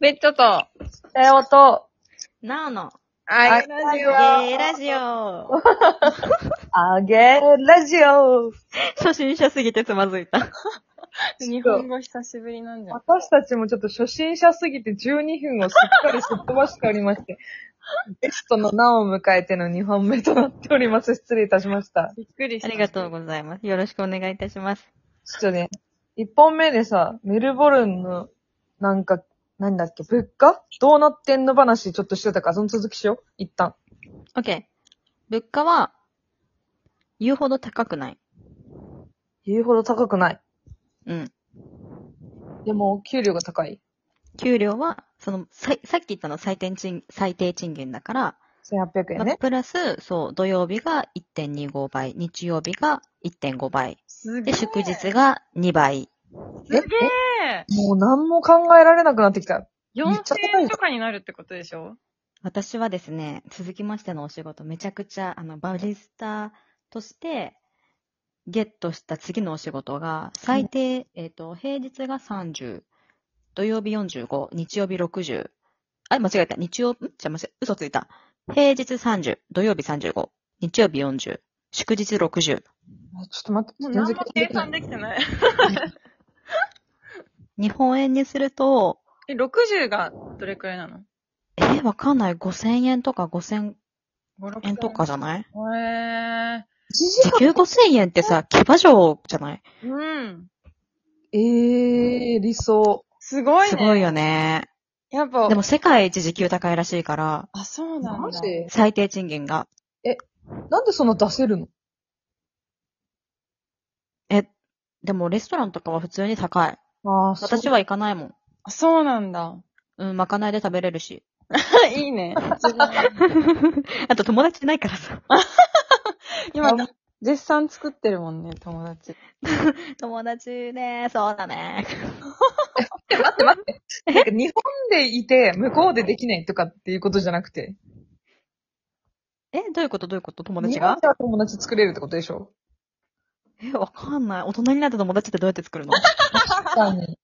ベッドと、だよと、なおの、あげラジオゲイラジオ。あげるラジオ 初心者すぎてつまずいた。日本語久しぶりなんじゃん。私たちもちょっと初心者すぎて12分をすっかりすっ飛ばしておりまして、ゲストの名を迎えての2本目となっております。失礼いたしました。びっくりしあた。りがとうございます。よろしくお願いいたします。ちょっとね、1本目でさ、メルボルンの、なんか、なんだっけ、物価どうなってんの話ちょっとしてたから、その続きしよう。一旦。 OK。物価は、言うほど高くない。言うほど高くない。うん。でも、給料が高い。給料は、その、ささっき言ったの最低賃、最低賃金だから、 1800円まあね。プラス、そう、土曜日が1.25倍、日曜日が1.5倍、すげで、え。祝日が2倍。すげえ。えもう何も考えられなくなってきた。めっちゃ4000高い円とかになるってことでしょ私はですね、続きましてのお仕事、めちゃくちゃ、あの、バリスタとして、ゲットした次のお仕事が、最低、えっ、と、平日が30、土曜日45、日曜日60、あ、間違えた、日曜、んじゃ、間違え、嘘ついた。平日30、土曜日35、日曜日40、祝日あち60。ょっと待って、もう全何然も計算できてない。日本円にすると、え、60がどれくらいなのえーわかんない。5000円とか5000 ?5、6円とか。じゃないへえ。一時時給5000円ってさ、騎馬嬢じゃないうん。ええー、理想。すごいね。すごいよ。ね。やっぱで、も世界一時給高いらしいから、あ、そうなんマジだ。最低賃金が。なんでそんな出せるのえ、でもレストランとかは普通に高い。ああ、そう私は行かないもん。あ、そうなんだ。 うん、まかないで食べれるし。いい ね。 あと友達いないからさ。今、絶賛作ってるもんね、友達。 友達ね、そうだね。待って 待って。なんか日本でいて、向こうでできないとかっていうことじゃなくて。え、どういうことどういうこと友日達本がでは友達作れるってことでしょえ、わかんない。大人になった友達ってどうやって作るの確かに。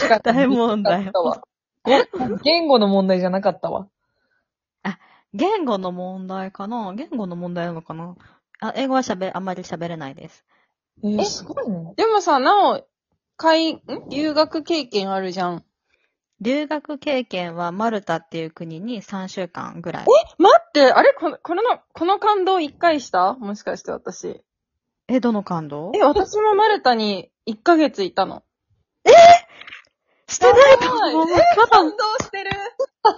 確か 大問題だったわ。ご言語の問題じゃなかったわ。言語の問題かな言語の問題なのかなあ、英語は喋、あんまり喋れないです。えーえすごいね。でもさ、なお、海、ん留学経験あるじゃん。留学経験はマルタっていう国に3週間ぐらい。待って、あれこの、この、この感動一回したもしかして私。え、どの感動え、私もマルタに1ヶ月いたの。してないとはい思う。感動してるマ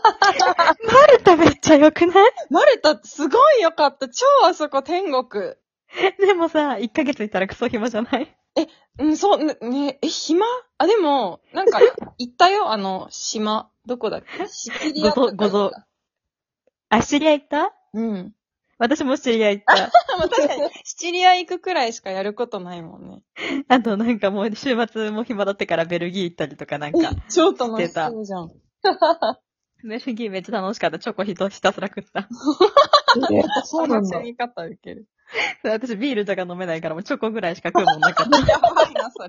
ルタめっちゃ良くない マルタすごいよかった。超あそこ天国。でもさ、1ヶ月いたらクソ暇じゃないうん、そう、ね、ねえ、暇あ、でも、なんか、 行ったよ、あの、島。どこだっけシチリアごぞごぞあ、知り合い行った うん。私も知り合い行 った。まあ確かに、シチリア行くくらいしかやることないもんね。あとなんかもう週末も暇だってからベルギー行ったりとかなんか。超楽しそうじゃん。ベルギーめっちゃ楽しかった。チョコひとひたすら食った。 えーそうなんだ楽。しみ方受ける。私ビールとか飲めないからもうチョコぐらいしか食うもんなかった。やばいな、それ。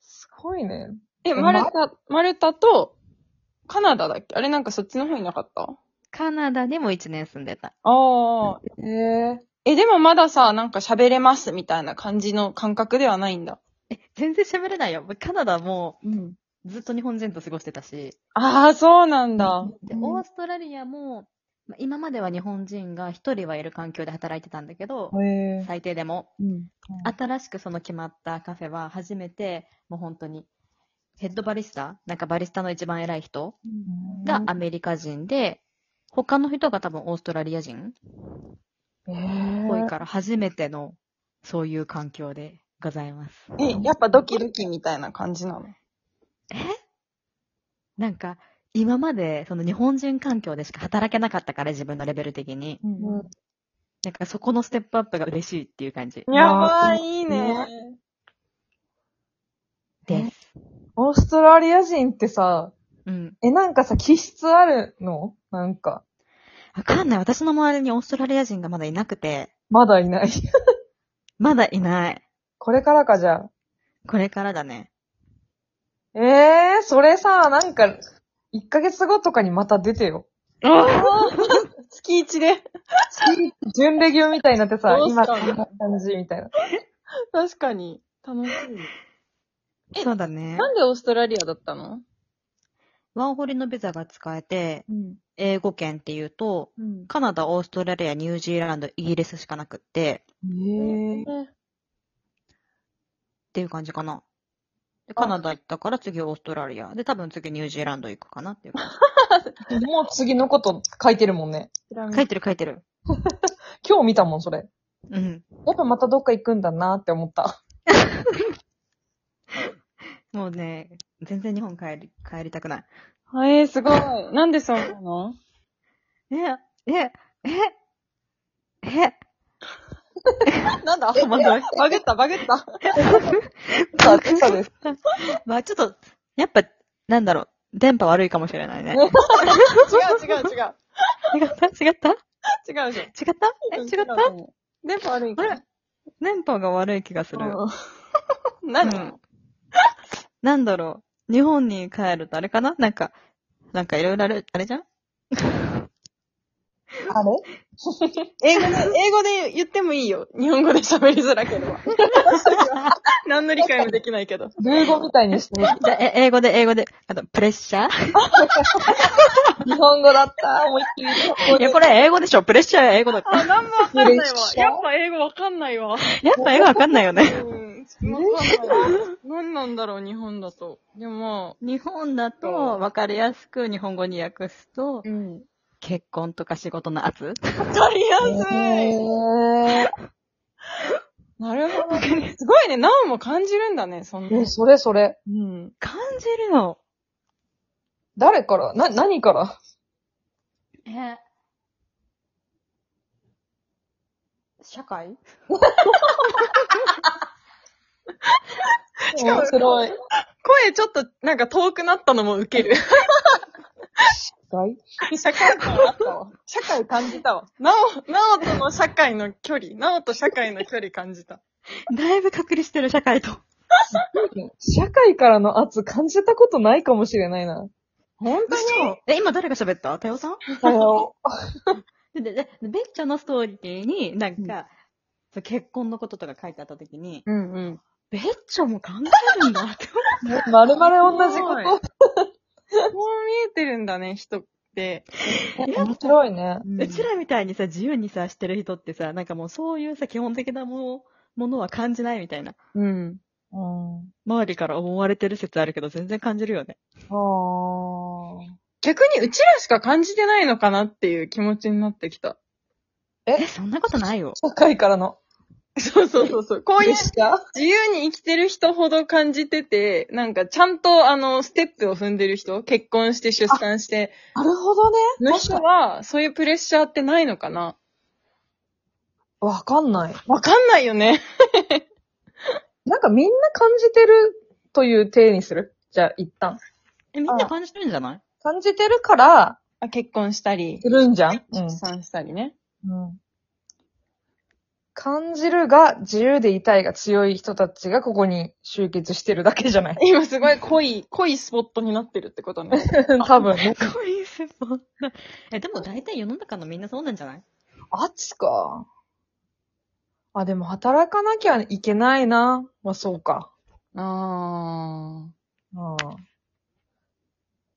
すごいね。 え、マルタ、マルタと、カナダだっけあれなんかそっちの方いなかったあ カナダにも1年住んでた。あ。えー、え、でもまださ、なんか喋れますみたいな感じの感覚ではないんだ。え、全然喋れないよ。カナダもうん。ずっと日本人と過ごしてたし。ああ、そうなんだ。で、うんオーストラリアも、まあ今までは日本人が1人はいる環境で働いてたんだけど、えー最低でもうん、新しくその決まったカフェは初めてもう本当にヘッドバリスタなんかバリスタの一番偉い人がアメリカ人で、他の人が多分オーストラリア人え多いー、から初めてのそういう環境でございます。え、やっぱドキドキみたいな感じなのえなんか今までその日本人環境でしか働けなかったから自分のレベル的に。うんなんかそこのステップアップが嬉しいっていう感じやまばあい、いいね。です。オーストラリア人ってさ、うん。え、なんかさ、気質あるのなんか、わかんない。私の周りにオーストラリア人がまだいなくて、まだいない。まだいない。これからか、じゃあ。これからだね。ええー、それさ、なんか、1ヶ月後とかにまた出てよ。月一で。準レギュみたいになってさ、どうした今のこんな感じみたいな。確かに。楽しみ。えそうだね。なんでオーストラリアだったのワーホリのビザが使えて、うん。英語圏っていうと、うん。カナダ、オーストラリア、ニュージーランド、イギリスしかなくって、ええー。っていう感じかな。で、カナダ行ったから次オーストラリア。で、多分次ニュージーランド行くかなっていう感もう次のこと書いてるもんね。じ。書いてる書いてる。今日見たもん、それ。うん。やっぱまたどっか行くんだなって思った。もうね、全然日本帰り、帰りたくない。えー、すごい。なんでそうなのえ、え、え、え、なんだ頭のバグった、バグった。そうそうです。まあちょっと、やっぱ、なんだろう、電波悪いかもしれない ね。違う、違う、違う。違った違った違っ違うじゃん。たえ、違った電波悪いあれ電波が悪い気がする。うん 何、うんなんだろう、日本に帰るとあれかななんか、なんかいろいろあれ、あれじゃんあれ英語で、英語で言ってもいいよ。日本語で喋りづらけれ ば。何の理解もできないけど。ルー語みたいにしてみる。じゃあ、え英語で、英語で、あと、プレッシャー日本語だった。思いっきり。 いや、これ英語でしょプレッシャーは英語だった。あ、なんもわかんないやわっぱ英語わかんないわ。やっぱ英語わかんないようね。ん。わかんないわ。何なんだろう、日本だと。でも、日本だと、わかりやすく日本語に訳すと、うん。結婚とか仕事の圧わかりやえすい。ーなるほど。すごいね。なおも感じるんだね、そんな。え、それそれ。うん。感じるよ。誰からな、何からえ社会かも 面白い。声ちょっと、なんか遠くなったのもウケる。外社会感あったわ。社会感じたわ。なお、なおとの社会の距離。なおと社会の距離感じた。だいぶ隔離してる社会と。社会からの圧感じたことないかもしれないな。本当にえ、今誰が喋った太陽さんさよで、で、で、ベッチャのストーリーに、なんか、そう結婚のこととか書いてあったときに、うんうん。ベッチャも考えるんだって思う。まるまる同じここう見えてるんだね、人って。と。面白いね。う。うちらみたいにさ、自由にさ、してる人ってさ、なんかもうそういうさ、基本的なもの、ものは感じないみたいな。うん。うん。周りから思われてる説あるけど、全然感じるよね。ああ。逆にうちらしか感じてないのかなっていう気持ちになってきた。ええ、そんなことないよ。社会からの。 そうそうそうそう。こういうでした自由に生きてる人ほど感じてて、なんかちゃんとあの、ステップを踏んでる人、結婚して出産して、なるほどね。の人は、そういうプレッシャーってないのかなわかんない。わかんないよね。なんかみんな感じてるという体にする。じゃあ一旦。え、みんな感じてるんじゃない感じてるから、あ結婚したり、するんじゃん、出産したりね。うん、感じるが自由でいたいが強い人たちがここに集結してるだけじゃない。今すごい濃い、濃いスポットになってるってことね。 多分ね。こういうスポット。え、でも大体世の中のみんなそうなんじゃない圧か。あ、でも働かなきゃいけないな。まあそうか。 あー。うん。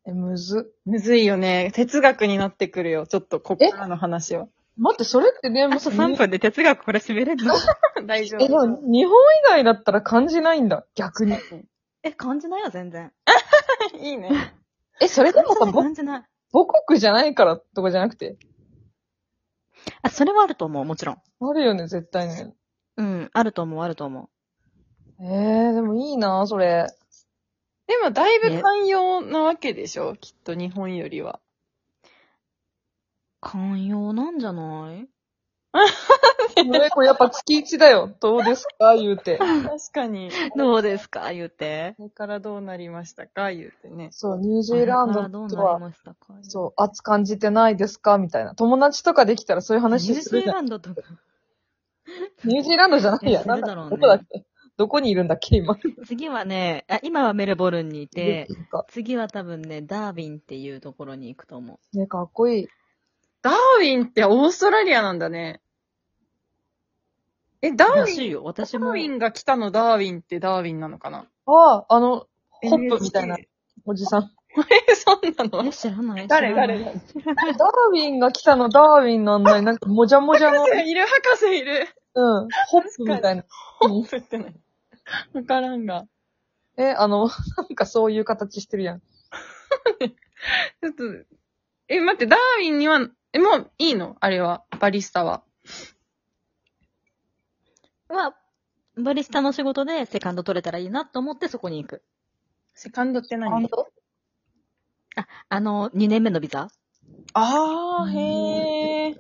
え、むず。むずいよね。哲学になってくるよ。ちょっと、ここからの話は。待って、それってね、もうさ、 3分で哲学これ締めれるの 大丈え、でも夫。日本以外だったら感じないんだ。逆に。え、感じないよ、全然。 いいね。え、それでもさ、ぼ感じない。母国じゃないからとかじゃなくて。あ、それはあると思う、もちろん。あるよね、絶対ね。うん、あると思う、あると思えー、でもいいな、それ。でも、だいぶね寛容なわけでしょ、きっと日本よりは。う。寛容なんじゃないね、これやっぱ月一だよ。どうですか言うて。確かに。どうですか言うて。これからどうなりましたか言うてね。そう、ニュージーランあらどドうとなりは、ましたかそう、圧感じてないですかみたいな。友達とかできたらそういうニュー話ジするーじゃん。ランドとか。ニュージーランドじゃないや。すなんるだだろうねどこだっけどこにいるんだっけ、今。次はね、あ今はメルボルンにいて、 なんか次は多分ね、ダーウィンっていうところに行くと思う。ね、かっこいい。ダーウィンってオーストラリアなんだね。え、ダーウらィンしいよ。私ダーもウ。ィンが来たのダーウィンってダーウィンなのかなああ、あの、ホップ みたいな NHK おじさん。え、そんなのえ、知らない誰知らな誰い誰ダーウィンが来たのダーウィンなんだになんかもじゃもじゃ の、いる博士いるうん、ホップみたいな。ホップってない。わからんが。え、あの、 なんかそういう形してるやん。ちょっと、え、待って、ダーウィンには、え、もういいのあれは、バリスタは。は、バリスタの仕事でセカンド取れたらいいなと思ってそこに行く。セカンドってあの何あの、2年目のビザあー、へー。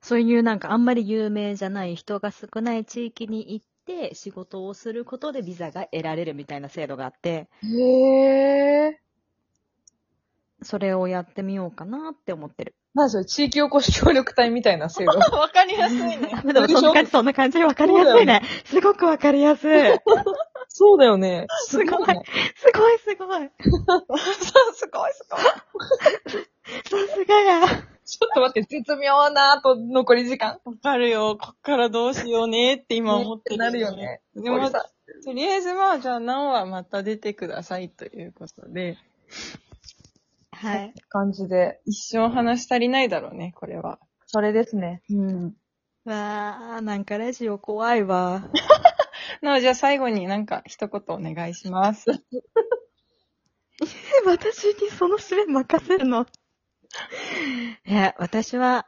そういうなんかあんまり有名じゃない人が少ない地域に行って仕事をすることでビザが得られるみたいな制度があって、へえ。それをやってみようかなって思ってる。なんそれ、地域おこし協力隊みたいな制度。 わかりやすいね。 でもそんな感じ、そんな感じ。わかりやすいね。すごくわかりや すい。 そうだよね。 すごいねすごいすごい。すごいすごい。さすがや。ちょっと待って、絶妙な、あと残り時間。わかるよ。こっからどうしようねって今思ってる、なるよ。ね。でも森さんとりあえずまあ、じゃあ、何はまた出てくださいということで、はい。感じで。一生話足りないだろうね、これは。それですね。うん。わあ、なんかラジオ怖いわ。なので、じゃあ最後になんか一言お願いし ます。 私にその締め任せるの。いや、私は、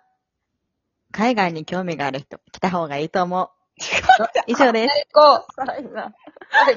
海外に 興味がある人、来た方がいいと思う。以上です。こう。 さいな。バイバイ。